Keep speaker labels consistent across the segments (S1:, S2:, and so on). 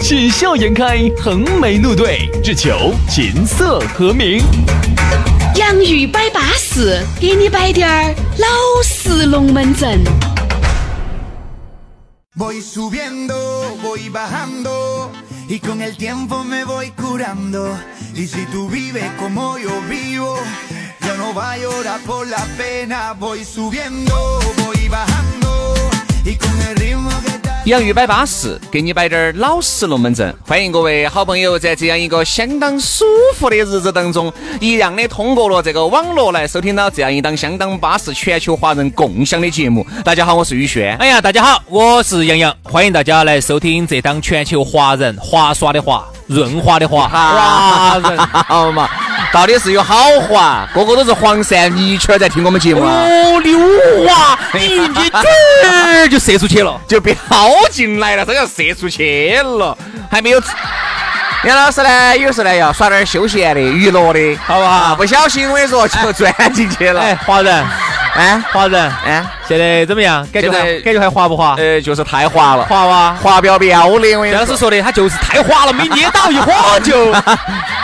S1: 喜笑颜开，横眉怒对，只求琴瑟和鸣。
S2: 洋芋摆巴士，给你摆点儿老式龙门阵。
S3: Voy subiendo, voy bajando y con el tiempo me voy curando. Y si tú vives como yo vivo, yo no va a llorar por la pena. Voy subiendo, voy bajando y con el ritmo que está...
S4: 洋芋摆巴适，给你摆点儿老实龙门阵。欢迎各位好朋友在这样一个相当舒服的日子当中，一样的通过了这个网络来收听到这样一档相当巴适全球华人共享的节目。 大家好，我是宇轩。
S5: 哎呀，大家好，我是杨洋，欢迎大家来收听这档全球华人华耍的华润滑的华华人。
S4: 哎好嘛，到底是有好滑，个个都是黄鳝泥鳅在听我们节目啊，
S5: 哦，溜滑，你你这儿就射出去了。
S4: 就别薅进来了，这要射出去了，还没有。杨老师呢，有时候呢要耍点儿休闲的、娱乐的，
S5: 好不好
S4: 啊不小心我跟你说就钻进去了，
S5: 哎，华人，
S4: 哎。
S5: 华人，
S4: 哎，
S5: 现在怎么样？感觉
S4: 现在
S5: 还感觉还滑不滑？
S4: 呃，就是太滑了，
S5: 滑哇！
S4: 滑标标的，我跟你
S5: 杨老师说的，他就是太滑了，没捏到一滑 就，哎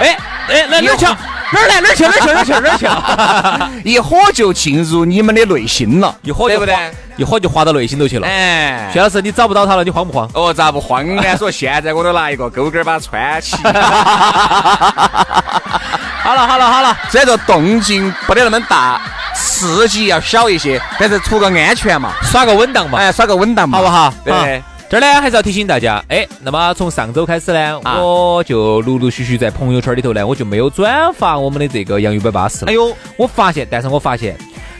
S5: 哎，来哪儿去？哪儿来哪儿去哪儿去哪儿去哪儿去？
S4: 说，一火就进入你们的内心了，
S5: 一火
S4: 对
S5: 就
S4: 不
S5: 滑
S4: 对？，
S5: 一火就滑到内心头去了。
S4: 哎
S5: 薛，老师，你找不到他了，你慌不慌？
S4: 哦，咋不慌呢？说现在我都拿一个钩钩把它穿 起，
S5: 好了好了好了，
S4: 虽然说动静不得那么大，刺激要小一些，但是图个安全嘛，
S5: 耍个稳当嘛。
S4: 哎，耍个稳当嘛，
S5: 好不好？
S4: 对
S5: 啊。这儿呢，还是要提醒大家，哎，那么从上周开始呢，
S4: 啊
S5: 我就陆陆续续在朋友圈里头呢，我就没有转发我们的这个洋芋摆巴士了。
S4: 哎呦，
S5: 我发现，但是我发现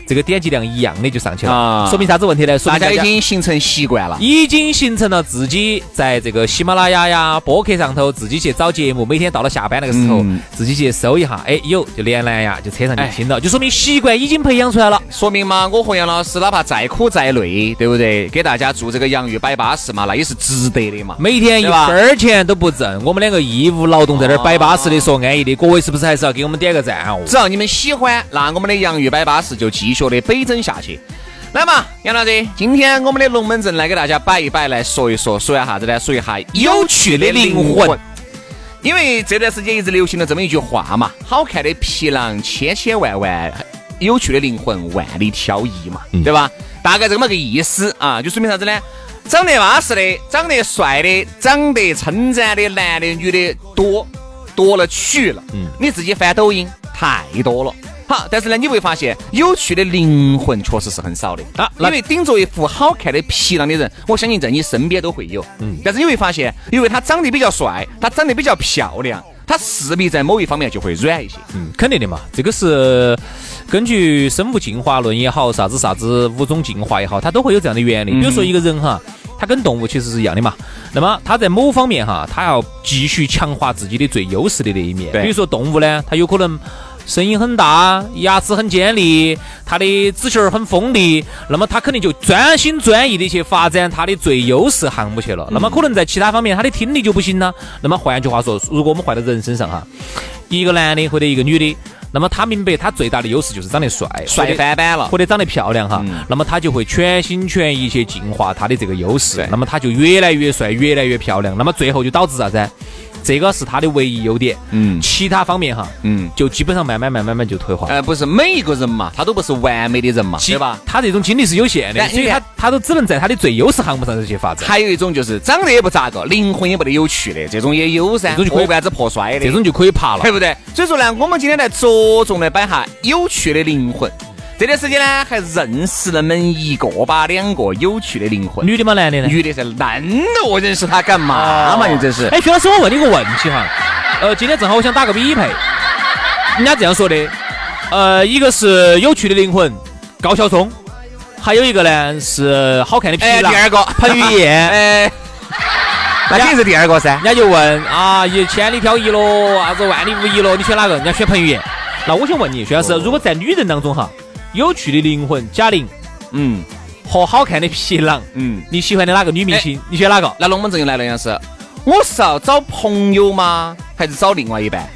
S5: 这个点击量一样的就上去了，
S4: 啊
S5: 说明啥子问题呢？说
S4: 大
S5: 明
S4: 家已经形成习惯了。
S5: 已经形成了自己在这个喜马拉雅呀、播客上头自己去找节目，每天到了下班那个时候，
S4: 嗯
S5: 自己去搜一下，哎，有就连蓝牙就车上就
S4: 哎
S5: 听了，就说明习惯已经培养出来了。
S4: 说明嘛，我和杨老师哪怕再苦再累，对不对？给大家做这个洋芋摆巴适嘛，那也是值得的嘛。
S5: 每天一分
S4: 对吧
S5: 儿钱都不挣，我们两个义务劳动在那儿摆巴适的
S4: 哦
S5: 说安逸的，各位是不是还是要给我们点个赞哦？
S4: 只要你们喜欢，那我们的洋芋摆巴士就继续的北整下去。来嘛，杨老师，今天我们的龙门阵来给大家摆一摆，来说一说，说一下啥子呢？说一下有趣的灵魂。因为这段时间一直流行了这么一句话嘛，好看的皮囊千千万万，有趣的灵魂万里挑一嘛，
S5: 嗯
S4: 对吧？大概这么个意思啊，就说明啥子呢？长得巴适的、长得帅的、长得称赞的男的女的多多了去了。嗯，你自己翻抖音太多了。好，但是呢，你会发现有趣的灵魂确实是很少的
S5: 啊那
S4: 因为顶着一副好看的皮囊的人，我相信在你身边都会有。嗯，但是你会发现，因为他长得比较帅，他长得比较漂亮，他势必在某一方面就会软一些。
S5: 嗯，肯定的嘛，这个是根据生物进化论也好，啥子啥子物种进化也好，它都会有这样的原理。比如说一个人哈，他跟动物其实是一样的嘛。那么他在某方面哈，他要继续强化自己的最优势的那一面。
S4: 对
S5: 比如说动物呢，它有可能。声音很大，牙齿很尖利，它的指甲儿很锋利，那么它肯定就专心专一的去发展它的最优势项目去了。那么可能在其他方面，它的听力就不行啦。那么换句话说，如果我们换到人身上哈，一个男的或者一个女的，那么他明白他最大的优势就是长得帅，
S4: 帅翻版了嗯
S5: 或。者长得漂亮哈，那么他就会全心全意去进化他的这个优势
S4: 对，
S5: 那么他就越来越帅，越来越漂亮，那么最后就导致啥子？这个是他的唯一优点，
S4: 嗯
S5: 其他方面哈，
S4: 嗯
S5: 就基本上慢慢慢慢慢就退化，
S4: 呃，不是每一个人嘛，他都不是完美的人嘛，
S5: 其
S4: 对吧？？
S5: 他这种精力是有限的，
S4: 但
S5: 所以
S4: 你
S5: 他
S4: 看
S5: 他都只能在他的最优势项目上头去发展，
S4: 还有一种就是长得也不咋个，灵魂也不得有趣的，这种也有噻，
S5: 这种就可以
S4: 破罐子破摔的，
S5: 这种就可以爬了
S4: 对。不对？所以说呢，我们今天来着重来摆下有趣的灵魂。这段时间呢，还认识那么一个吧，两个有趣的灵魂。
S5: 女的吗？男的呢？
S4: 女的噻，男的我认识他干嘛嘛？你这是
S5: 哎，徐老师，我问你个问题哈，呃，今天正好我想打个比配，人家这样说的，呃，一个是有趣的灵魂高晓松，还有一个呢是好看的皮
S4: 哎，第
S5: 囊
S4: 二个
S5: 彭于晏，
S4: 哎，那肯定是第二个噻
S5: 人。家就问啊，一千里挑一咯，啥子万里无一咯，你选哪个？人家选彭于晏。那我想问你，薛老师，
S4: 哦
S5: 如果在女人当中哈，有趣的灵魂贾玲
S4: 嗯
S5: 和好看的皮囊，
S4: 嗯。
S5: 你喜欢的哪个女明
S4: 哎
S5: 星？你选哪个？
S4: 那龙门阵又来了，杨老师，我是要找朋友吗？还是找另外一半？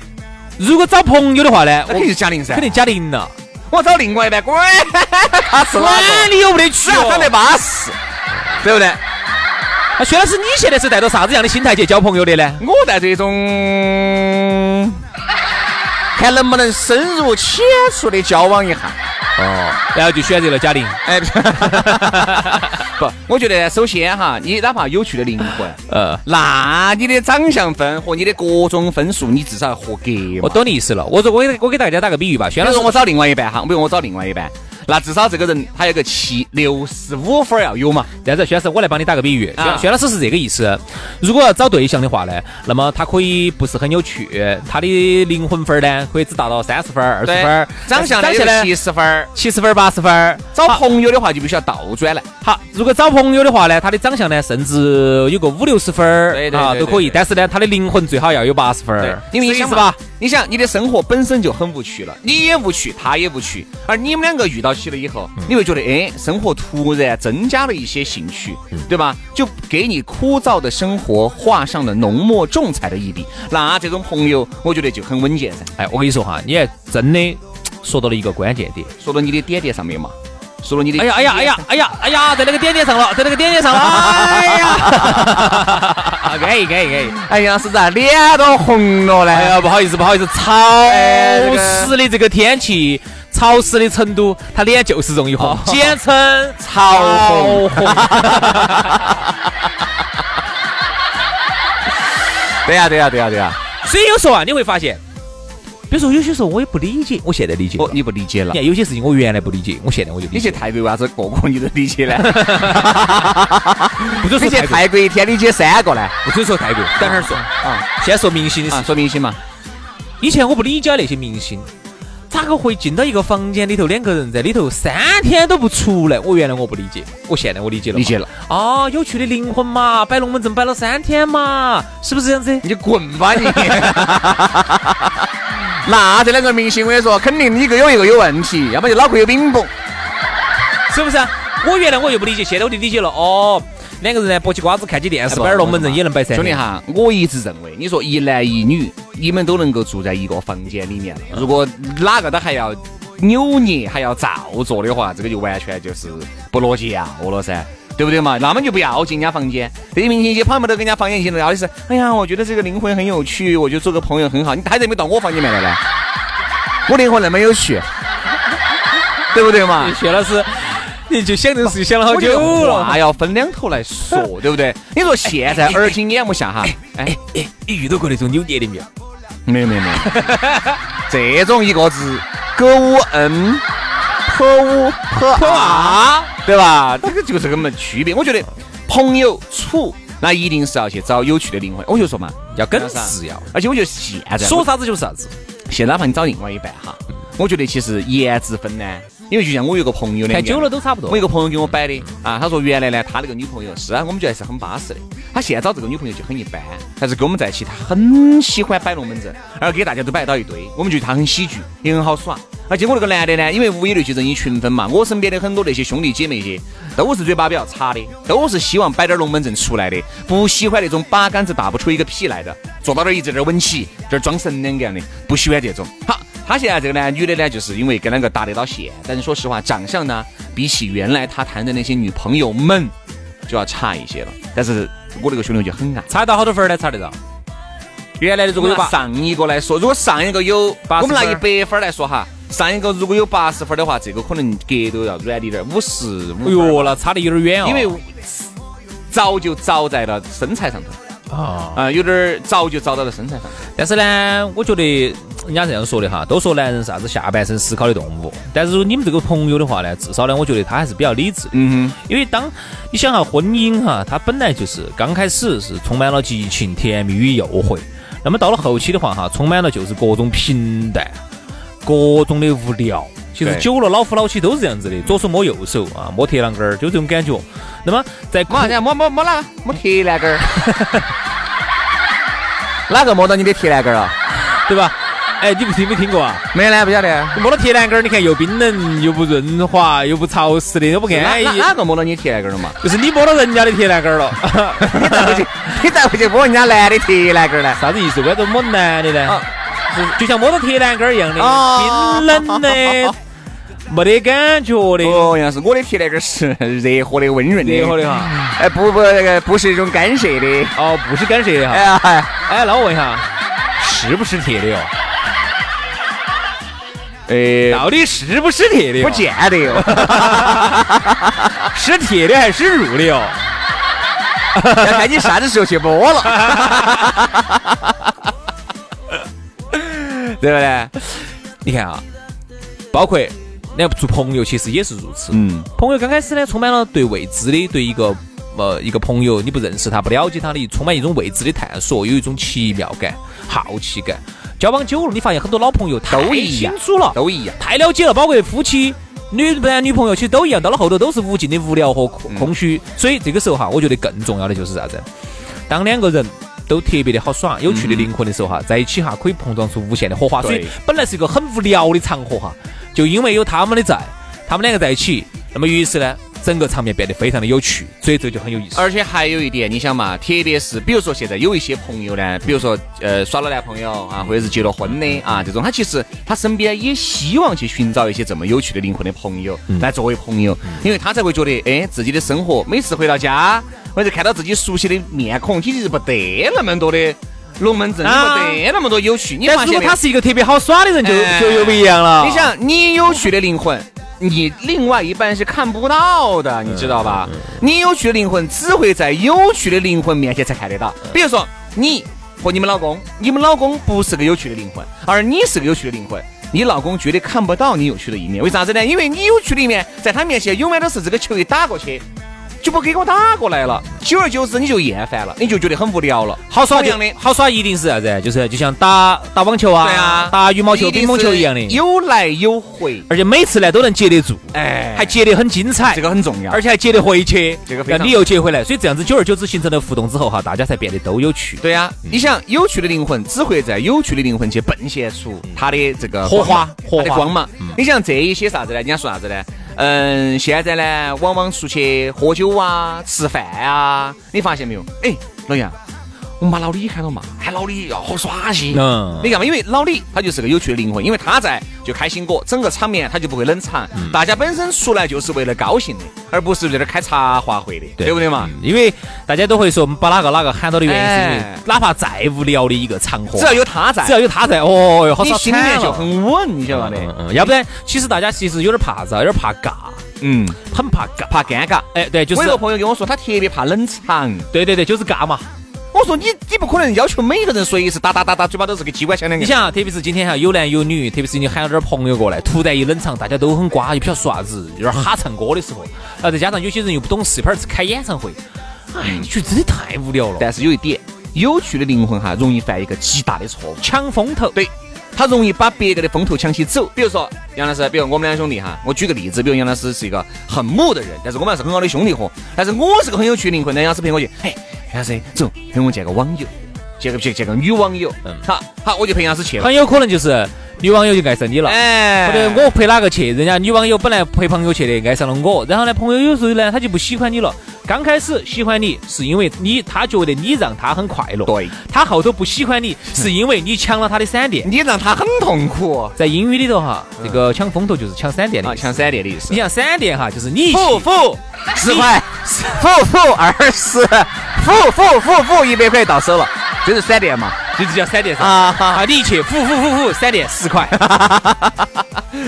S5: 如果找朋友的话呢，
S4: 那
S5: 我
S4: 肯定是贾玲噻，
S5: 肯定贾玲了。
S4: 我找另外一半，滚！他啊 是哪
S5: 那
S4: 个？
S5: 你有没得趣
S4: 只要啊长得
S5: 哦？
S4: 巴适，对不对？
S5: 那啊薛老师，你现在是带着啥子样的心态去交朋友的呢？
S4: 我带着一种看能不能深入浅出的交往一下。哦
S5: 然后就选择了贾玲。
S4: 哎， 不，我觉得首先哈，你哪怕有趣的灵魂，
S5: 呃，
S4: 那你的长相分和你的各种分数，你至少要合格嘛
S5: 我。懂你意思了。我说我给我给大家打个比喻吧，薛
S4: 比
S5: 老
S4: 如
S5: 师
S4: 说，我找另外一半哈，比如我找另外一半，那至少这个人他有个七六十五分儿要有嘛。
S5: 这样子，薛老师，我来帮你打个比喻。
S4: 啊
S5: 薛薛老师是这个意思。如果要找对象的话呢，那么他可以不是很有趣，他的灵魂分儿呢可以只达到三十分儿、二十分儿，
S4: 长相
S5: 但
S4: 呢
S5: 是
S4: 有
S5: 长
S4: 个
S5: 相
S4: 七
S5: 呢
S4: 十分儿。
S5: 七十分儿、八十分儿。
S4: 找朋友的话就必须要倒转来，
S5: 好，如果找朋友的话呢，他的长相呢甚至有个五六十分儿
S4: 对对
S5: 啊
S4: 对
S5: 都
S4: 对
S5: 可以，
S4: 对
S5: 但是呢，他的灵魂最好要有八十分儿，
S4: 因为你
S5: 是这意
S4: 想
S5: 思
S4: 嘛
S5: 吧？？
S4: 你想你的生活本身就很无趣了，你也无趣，他也无趣，而你们两个遇到起了以后，
S5: 嗯
S4: 你会觉得哎，生活突然增加了一些兴趣，
S5: 嗯
S4: 对吧？就给你枯燥的生活画上了浓墨重彩的一笔。那这种朋友，我觉得就很稳健噻。
S5: 哎，我跟你说哈，你还真的说到了一个关键点。
S4: 说到你的点点上面嘛，说到你的
S5: 哎呀哎呀哎呀哎呀哎呀，在那个点点上了，在那个点点上了， 哎呀，安逸安逸安逸。
S4: 哎呀，是咋脸都红了嘞？
S5: 哎呀，不好意思，不好意思，潮湿的这个天气，潮湿的成都，他脸就是容易红，简称潮
S4: 红
S5: 红。
S4: 对呀、对呀、对呀、对呀、
S5: 所以有时候啊，你会发现，比如说有些时候我也不理解，我现在理解了
S4: 哦，。你不理解了
S5: 你。看有些事情我原来不理解，我现在我就理
S4: 你
S5: 解
S4: 去。泰国为啥子个个你都理解呢？
S5: 不准说
S4: 你
S5: 泰
S4: 去
S5: 国，
S4: 泰国一天理解三个呢？
S5: 不准说泰国，等会儿说。
S4: 啊
S5: 先说明星的事
S4: 啊，说明星嘛，
S5: 以前我不理解那些明星，咋个会进到一个房间里头，两个人在里头三天都不出来？我原来我不理解，我现在我理解了嘛。
S4: 理解了。
S5: 哦，有趣的灵魂嘛，摆龙门阵摆了三天嘛，是不是这样子？
S4: 你滚吧你！ 那这两个明星，我跟你说，肯定一个有一个有问题，要么就脑壳有饼崩。
S5: 是不是啊？我原来我又不理解，现在我就理解了。哦，两个人呢，剥起瓜子看起电视，摆点哎龙门阵也能摆三
S4: 哎嗯兄弟
S5: 天。
S4: 哈，我一直认为，你说一男一女，你们都能够住在一个房间里面了，
S5: 嗯
S4: 如果哪个都还要扭捏，还要照做的话，这个就完全就是不啊落脚了噻。对不对嘛？那么就不要进人家房间。这些明星一些朋友们都跟人家房间进了，然后就是，哎呀，我觉得这个灵魂很有趣，我觉得做个朋友很好。你还怎么到我房间里面来呢？我灵魂那么有趣，对不对嘛？
S5: 薛老师，你就想这个事情想了哎好
S4: 啊我觉
S5: 久
S4: 得
S5: 了。
S4: 话要分两头来 说，对不对？你说现在耳今眼目下哈，哎，
S5: 哎，你遇到过那种扭捏的没有？
S4: 没有没有没有， 这种一个字狗嗯，p u p 啊，对吧？这个就是个没区别。我觉得朋友处那一定是要去找有趣的灵魂。我就说嘛，
S5: 要耿直要，
S4: 而且我觉得现在
S5: 说啥子就是啥子。
S4: 现在哪怕你找另外一半哈，我觉得其实颜值分呢，因为就像我有个朋友呢，
S5: 看久了都差不多
S4: 我有个朋友给我摆的啊，他说原来呢，他那个女朋友是啊，我们觉得还是很巴适的。他现在找这个女朋友就很一般，但是跟我们在一起，他很喜欢摆龙门阵，而给大家都摆到一堆，我们觉得他很喜剧，也很好耍。而且我那个男的呢，因为物以类聚，人以群分嘛，我身边的很多那些兄弟姐妹些，都是嘴巴比较差的，都是希望摆点龙门阵出来的，不喜欢那种八竿子打不出一个屁来的，坐到那儿一直在那儿稳起，在那儿装神两个样的，不喜欢这种。好，她现在这个呢，女的呢，就是因为跟两个搭得到线，但是说实话，长相呢，比起原来她谈的那些女朋友们就要差一些了。但是我那个兄弟就很爱。
S5: 差到好多分儿呢？差得到？原来的如
S4: 如
S5: 果
S4: 果
S5: 有八，
S4: 上一个来说，如果上一个有，
S5: 80
S4: 我们拿一
S5: 分
S4: 百分来说哈，上一个如果有八十分的话，这个可能隔都要软一点，五十五。
S5: 哎呦，那差得有点远哦。
S4: 因为早就早在了身材上头
S5: 啊，
S4: 啊、有点儿早就早到了身材上头。
S5: 但是呢，我觉得人家这样说的哈，都说男人是啥子下半身思考的动物，但是如果你们这个朋友的话呢，至少呢，我觉得他还是比较理智的。
S4: 嗯哼，
S5: 因为当你想哈，婚姻哈，它本来就是刚开始是充满了激情、甜蜜与诱惑，那么到了后期的话哈，充满了就是各种平淡、各种的无聊，其实
S4: 对
S5: 久了，老夫老妻都是这样子的，左手摸右手啊，摸铁栏杆儿，就这种感觉。那么在
S4: 摸啥子？摸摸摸哪个？摸铁 栏杆儿。哪个摸到你的铁栏杆儿啊？
S5: 对吧？哎，你不听没听过啊？
S4: 没呢，不晓得。
S5: 摸了铁栏杆儿，你看又冰冷又不润滑又不潮湿的，又不
S4: 哪
S5: 安逸
S4: 哪。哪个摸到你铁栏杆儿 了嘛？
S5: 就是你摸到人家的铁栏杆儿了，
S4: 你再回去，你再回去摸人家男的铁栏杆儿呢？
S5: 啥子意思？为啥子摸男的呢
S4: 啊？
S5: 就就像摸到铁栏杆儿一样的，
S4: 哦
S5: 冰冷的，没得感觉的，
S4: 哦，杨老师，我的铁栏杆儿是热和的、温润的。
S5: 哎热和的。哈。
S4: 哎，不不，那个不是一种干涉的。
S5: 哦，不是干涉的
S4: 哎
S5: 哈。
S4: 呀，
S5: 哎，那我问一下，是不是铁的哟？
S4: 哎，
S5: 到底是不是铁的哟？
S4: 不见 得哟。
S5: 是铁的还是入的哟？
S4: 要看你啥子时候去摸了，对不对？
S5: 你看啊，包括你要做朋友，其实也是如此。
S4: 嗯，
S5: 朋友刚开始呢，充满了对未知的，对一个呃一个朋友你不认识他、不了解他的，充满一种未知的探索，有一种奇妙感、好奇感。交往久了，你发现很多老朋友太
S4: 都一
S5: 清
S4: 样
S5: 楚了，
S4: 都一样。
S5: 太了解了，包括夫妻。女男女朋友其实都一样，到了后头都是无尽的无聊和空
S4: 嗯
S5: 空虚，所以这个时候哈，我觉得更重要的就是啥子？当两个人都特别的好耍、有趣的灵魂的时候哈，在一起哈可以碰撞出无限的火花。所以
S4: 嗯对
S5: 本来是一个很无聊的场合哈，就因为有他们的在，他们两个在一起，那么于是呢，整个场面变得非常的有趣，所以这就很有意思。
S4: 而且还有一点，你想嘛，特别是比如说现在有一些朋友呢，比如说呃耍了男朋友啊，或者是结了婚的啊，这种他其实他身边也希望去寻找一些这么有趣的灵魂的朋友来作为朋友，因为他才会觉得哎自己的生活每次回到家或者看到自己熟悉的面孔，其实不得那么多的龙门阵，
S5: 啊
S4: 没得那么多有趣。你
S5: 但
S4: 发
S5: 是如
S4: 现
S5: 果
S4: 没有
S5: 他？是一个特别好耍的人，就
S4: 哎
S5: 就又不一样了。
S4: 你想，你有趣的灵魂，你另外一半是看不到的，
S5: 嗯
S4: 你知道吧？你有趣的灵魂只会在有趣的灵魂面前才看得到。比如说，你和你们老公，你们老公不是个有趣的灵魂，而你是个有趣的灵魂。你老公绝对看不到你有趣的一面，为啥子呢？因为你有趣的一面，在他面前永远都是这个球一打过去，就不给我打过来了。久而久之，你就厌烦了，你就觉得很无聊了。
S5: 好耍
S4: 同
S5: 就
S4: 样的，
S5: 好耍，一定是啥子？就是就像打打网球啊，
S4: 对啊，
S5: 打羽毛球、
S4: 一定
S5: 乒乓球
S4: 是
S5: 一样的，
S4: 有来有回，
S5: 而且每次呢都能接得住，
S4: 哎
S5: 还接得很精彩，
S4: 这个很重要。
S5: 而且还接得回去，
S4: 这个非常
S5: 让你又接回来，所以这样子久而久之形成了互动之后哈，大家才变得都有趣。
S4: 对呀、你想有趣的灵魂只会在有趣的灵魂去迸现出它的这个
S5: 嗯火花
S4: 光芒它
S5: 火
S4: 的
S5: 花嗯
S4: 光芒。你想这一些啥子呢？人家说啥子呢？嗯，现在呢，往往出去喝酒啊、吃饭啊，你发现没有？哎，老杨，我们把老李看到嘛，喊老李要好耍些。
S5: 嗯
S4: 你干嘛？因为老李他就是个有趣的灵魂，因为他在就开心果，整个场面他就不会冷场。
S5: 嗯
S4: 大家本身出来就是为了高兴的，而不是在这儿开茶话会的，对不对嘛？
S5: 嗯因为大家都会说把哪个哪个喊到的原因，是因为
S4: 哎
S5: 哪怕再无聊的一个场合，
S4: 只要有他在，
S5: 只要有他在，哦哟，好
S4: 你啊
S5: 耍
S4: 心里面
S5: 惨
S4: 就
S5: 了。
S4: 很稳，你晓得吧？
S5: 嗯嗯，要不然其实大家其实有点怕啥，有点怕尬，
S4: 嗯，
S5: 很怕尬。
S4: 怕尴尬。
S5: 哎，对，就
S4: 我
S5: 是
S4: 有个朋友跟我说，他特别怕冷场。
S5: 对对对，就是尬嘛。
S4: 我说你你不可能要求每一个人随意是哒哒哒哒，嘴巴都是个机关枪两
S5: 你
S4: 个。
S5: 想啊，特别是今天哈有男有女，特别是你喊了点儿朋友过来，突然一冷场，大家都很瓜，也不晓得说啥子，有点儿哈唱歌的时候，然后再加上有些人又不懂事，怕是开演唱会，哎，
S4: 嗯
S5: 你觉得真的太无聊了，
S4: 但是有一点，有趣的灵魂哈，容易犯一个极大的错误。
S5: 抢风头。
S4: 对，他容易把别个的风头抢起走。比如说杨老师，比如我们两兄弟哈，我举个例子，比如杨老师是一个很木的人，但是我们还是很好的兄弟伙。但是我是个很有趣的灵魂，杨老师陪我去，嘿，杨老师走，陪我见个网友，见个见见个女网友，
S5: 嗯
S4: 好，好，我就陪杨老师去了。
S5: 很有可能就是女网友就爱上你了。
S4: 哎
S5: 或者我陪哪个去，人家女网友本来陪朋友去的，爱上了我，然后呢，朋友有时候呢，他就不喜欢你了。刚开始喜欢你是因为你，他觉得你让他很快乐。
S4: 对，
S5: 他后头不喜欢你是因为你抢了他的闪电。
S4: 你让他很痛苦
S5: 在英语里头哈，这个抢风头就是抢闪电的
S4: 嗯啊，
S5: 意思。
S4: 抢闪电的意思
S5: 你。像闪电哈，就是你一起
S4: 负负十块， 负负二十，负负负负一百块到手了，这是闪电嘛？
S5: 就是叫闪电噻
S4: 啊哈
S5: 啊，你一起呼呼呼呼闪电十块，
S4: 啊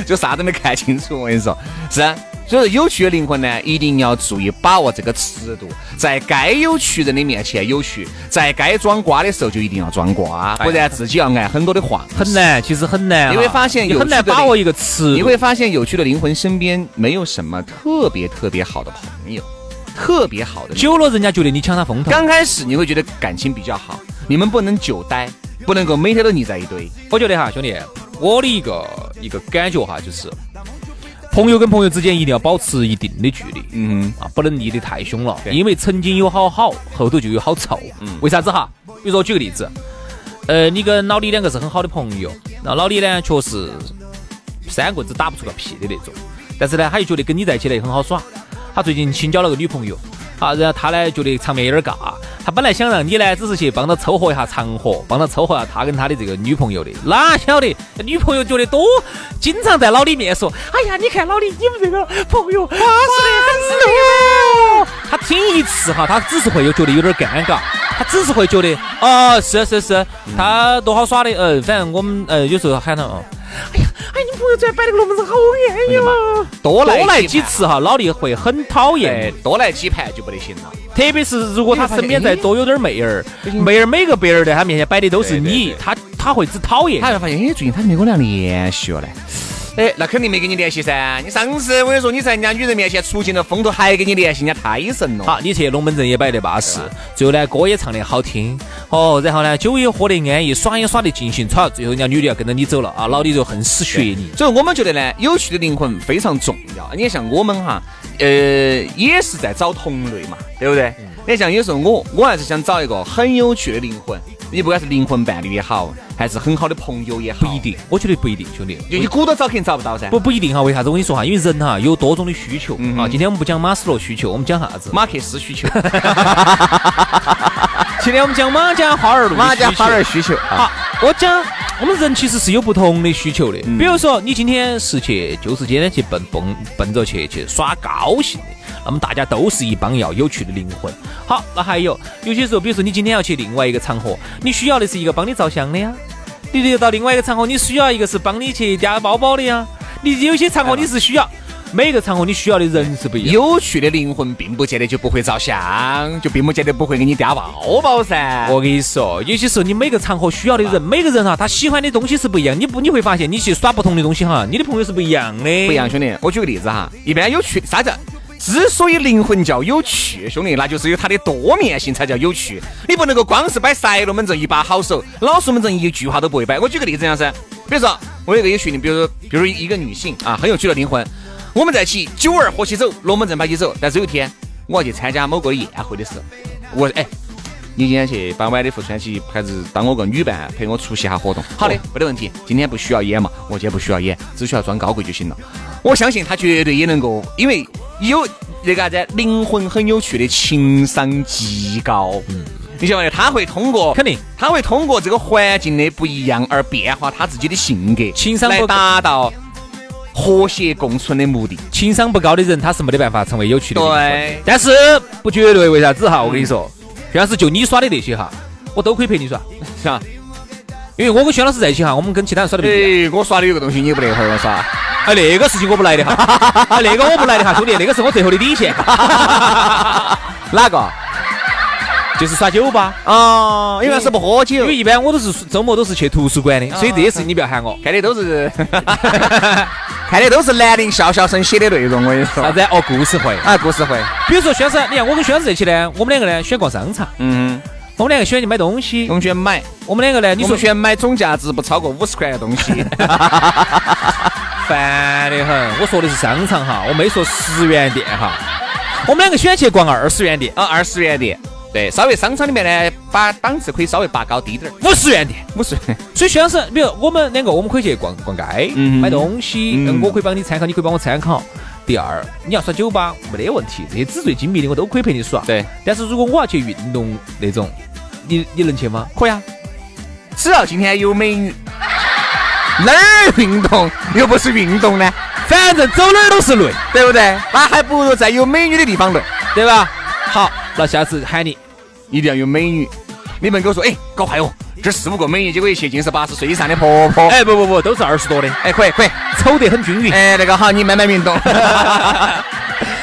S4: 就啥都没看清楚，我跟你说，是啊。所以说，有趣的灵魂呢，一定要注意把握这个尺度，在该有趣人的面前有趣，在该装瓜的时候就一定要装瓜，
S5: 哎
S4: 不然自己要挨很多的话。
S5: 很难，其实很难哈。
S4: 你会发现
S5: 你
S4: 有
S5: 很难
S4: 趣的
S5: 把握
S4: 灵
S5: 一个词。
S4: 你会发现，有趣的灵魂身边没有什么特别特别好的朋友，特别好的那种
S5: 久了，人家觉得你抢他风头。
S4: 刚开始你会觉得感情比较好，你们不能久待，不能够每天都腻在一堆。
S5: 我觉得哈，兄弟，我的一个一个感觉哈，就是朋友跟朋友之间一定要保持一定的距离，嗯啊，不能离得太凶了，因为曾经有好好，后头就有好臭。
S4: 嗯
S5: 为啥子哈？比如说举个例子，呃，你跟老李两个是很好的朋友，那老李呢，确实三棍子打不出个屁的那种，但是呢，他又觉得跟你在一起呢很好耍。他最近新交了个女朋友，啊，然后他呢觉得场面有点尬，他本来想让你呢只是去帮他凑合一下场合，帮他凑合一下他跟他的这个女朋友的，哪晓得女朋友觉得多，经常在老李面说，哎呀，你看老李你们这个朋友巴适的很，他听一次哈，他只是会有觉得有点尴尬。他只是会觉得，哦，是是是，他多好耍的，嗯、反正我们呃有时候喊他哦，哎呀，哎，你朋友昨天摆那个龙门阵好安逸哦。
S4: 多来
S5: 多来
S4: 几
S5: 几次哈，老李会很讨
S4: 哎
S5: 厌，，
S4: 多来几盘就不得行了。
S5: 特别是如果他身边再多有点妹儿，妹儿每个别人在他面前摆的都是
S4: 哎对对
S5: 你
S4: 对，
S5: 他他会只讨厌
S4: 他。会发现，哎，最近他没跟我俩联系了嘞。哎，那肯定没跟你联系噻。你上次我跟你说，你在人家女人面前出尽了风头，还跟你联系，人家太神了。
S5: 好，你去龙门阵也摆得巴适，最后呢歌也唱得好听，哦，然后呢酒也喝得安逸，耍也耍得尽兴，操，最后人家女的要跟着你走了啊，老李就恨死学你。
S4: 所以我们觉得呢，有趣的灵魂非常重要。啊你看，像我们哈，呃，也是在找同类嘛，对不对？你像有时候我，我还是想找一个很有趣的灵魂。你不管是灵魂伴侣也好，还是很好的朋友也好，
S5: 不一定，我觉得不一定，兄弟。
S4: 就你鼓捣找肯定找不到噻。
S5: 不不一定哈，为啥子？我跟你说哈，因为人哈有多种的需求、
S4: 嗯
S5: 啊。今天我们不讲马斯洛需求，我们讲啥子？
S4: 马克思需求，
S5: 今天我们讲马家花儿路的需求
S4: 需求啊，
S5: 啊，我讲，我们人其实是有不同的需求的。比如说，你今天是去，就是今天去奔奔奔着去去耍高兴的，那么大家都是一帮要有趣的灵魂。好，那还有有些时候，比如说你今天要去另外一个场合，你需要的是一个帮你照相的呀。你就到另外一个场合，你需要一个是帮你去夹包包的呀。你有些场合你是需要，每个场合你需要的人是不一样的。
S4: 有趣的灵魂并不见得就不会照相，就并不见得不会给你叼包包噻。
S5: 我跟你说，有些时候你每个场合需要的人，每个人哈，他喜欢的东西是不一样。你不你会发现，你去耍不同的东西哈，你的朋友是不一样的。
S4: 不一样，兄弟，我举个例子哈，一般有趣啥叫？之所以灵魂叫有趣，兄弟，那就是有它的多面性才叫有趣。你不能够光是摆塞龙门阵一把好手，老熟门阵一句话都不会摆。我举个例子这样噻，比如说我有一个有趣的，比如说比如说一个女性啊，很有趣的灵魂，我们在一起酒儿喝起走，龙门阵摆起走。但是有一天我要去参加某个宴会的时候，我哎，你今天去把晚礼服穿起，还是当我个女伴陪我出席下活动？好的，没得问题。今天不需要演嘛，我今天不需要演，只需要装高贵就行了。我相信他绝对也能够，因为有那个啥子灵魂很有趣的情商极高。嗯，你晓得他会通过
S5: 肯定
S4: 他会通过这个环境的不一样而变化他自己的性格，
S5: 情商
S4: 来
S5: 不
S4: 达到和谐共存的目的。
S5: 情商不高的人，他是没得办法成为有趣的灵魂。
S4: 对
S5: 但是不绝对，为啥子哈？我跟你说，薛老师就你耍的那些哈，我都可以陪你耍，
S4: 是吧？
S5: 因为我跟薛老师在一起哈，我们跟其他人耍的不一样。
S4: 哎，我耍的有个东西你也不得会儿我耍。
S5: 哎，那个事情我不来的哈，啊，那个我不来的哈，兄弟，那个是我最后的底线，
S4: 哪个？
S5: 就是耍酒吧。
S4: 哦，因为那是不喝酒
S5: 因为一般我都是周末都是去图书馆的，
S4: 啊
S5: 所以这些事情你不要喊我。
S4: 看的都 是，看的都是兰陵笑笑生写的内容，我跟你说
S5: 啥子？哦，故事会。
S4: 嗯啊，故事会，
S5: 比如说轩老师，你看我跟轩老师在一起呢，我们两个呢喜欢逛商场，
S4: 嗯，
S5: 我们两个喜欢去买东西
S4: 我，们选买，
S5: 我们两个呢，你
S4: 你
S5: 说
S4: 说选买总价值不超过五十块的东西，
S5: 烦得很。我说的是商场哈，我没说十元店哈。我们两个喜欢去逛二十元店、
S4: 啊， 二十元的，对，稍微商场里面呢，把档次可以稍微拔高低点儿，
S5: 五十元店。
S4: 五十，
S5: 所以薛老师，比如我们两个，我们可以去逛逛街，
S4: 嗯
S5: 买东西，
S4: 嗯
S5: 嗯我可以帮你参考，你可以帮我参考。第二，你要耍酒吧没得问题，这些纸醉金迷的我都可以陪你耍。
S4: 对，
S5: 但是如果我要去运动那种，你你能去吗？
S4: 可以啊，只要今天有美女，哪儿运动又不是运动呢，
S5: 反正走哪儿都是累。
S4: 对不对？那还不如在有美女的地方累，
S5: 对吧？好，那下次喊你，
S4: 一定要有美女，你们跟我说，哎，搞坏哦，这四五个美女，结果一去尽是八十岁以上的婆婆，
S5: 哎，不不不，都是二十多的，
S4: 哎，可以可以。
S5: 丑得很均匀。
S4: 哎，那个好，你慢慢运 动。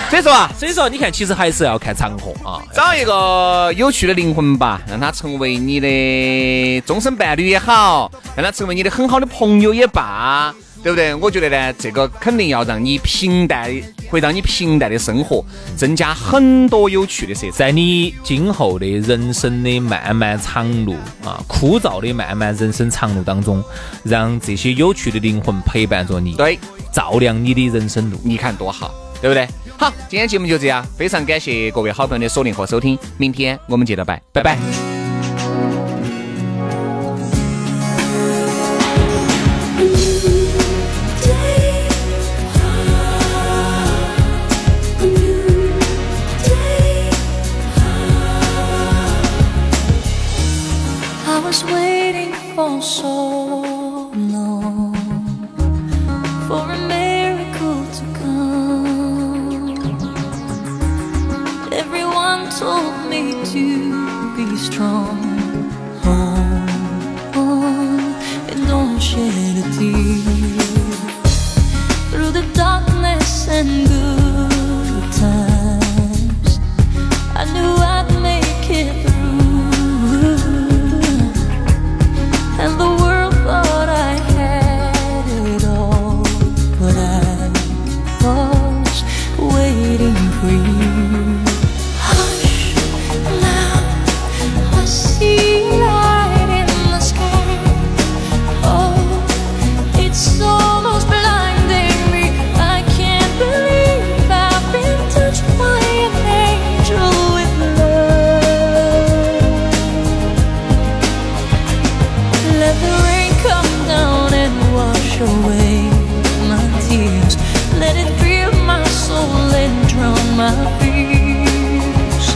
S4: 所以说啊，
S5: 所以说，你看，其实还是要看场合啊。
S4: 找一个有趣的灵魂吧，让他成为你的终身伴侣也好，让他成为你的很好的朋友也罢，对不对？我觉得呢，这个肯定要让你平淡的，会让你平淡的生活增加很多有趣的色彩。
S5: 在你今后的人生的漫漫长路啊，枯燥的漫漫人生长路当中，让这些有趣的灵魂陪伴着你，
S4: 对，
S5: 照亮你的人生路。
S4: 你看多好，对不对？好，今天节目就这样，非常感谢各位好朋友的锁定和收听，明天我们接着拜，拜拜。
S6: I was waiting for so long for a miracle to come. Everyone told me to be strong. On, on, and don't shed a tear. Through the darkness and good times, I knew I'd make it through. And the world thought I had it all, but I was waiting for you. Hush now, I see light in the sky. Oh, it's almost blinding me. I can't believe I've been touched by an angel with love. Let the rain come down and wash away my tears. Let it fill my soul and drown my fears.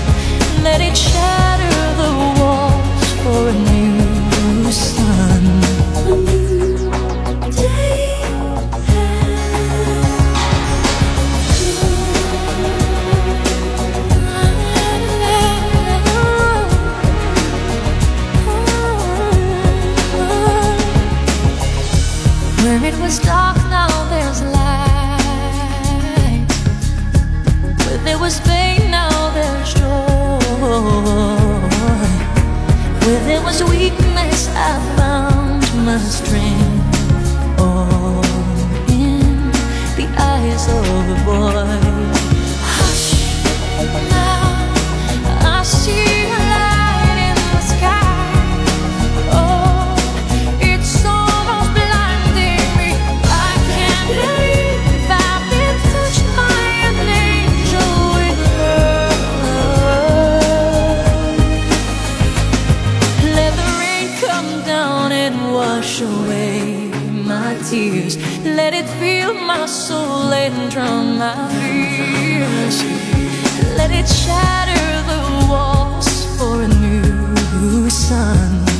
S6: Let it shatter the walls for a new sun. A new day where it was dark, now there's light. Where there was pain, now there's joy. Where there was weakness, I found my strength. All in the eyes of a boy. Hush now, I see a light in the sky. Oh, it's almost blinding me. I can't believe I've been touched by an angel with love. Let the rain come down and wash away my tears. Let it fill my soul and drown my fears. Let it shatter the walls for a new sun.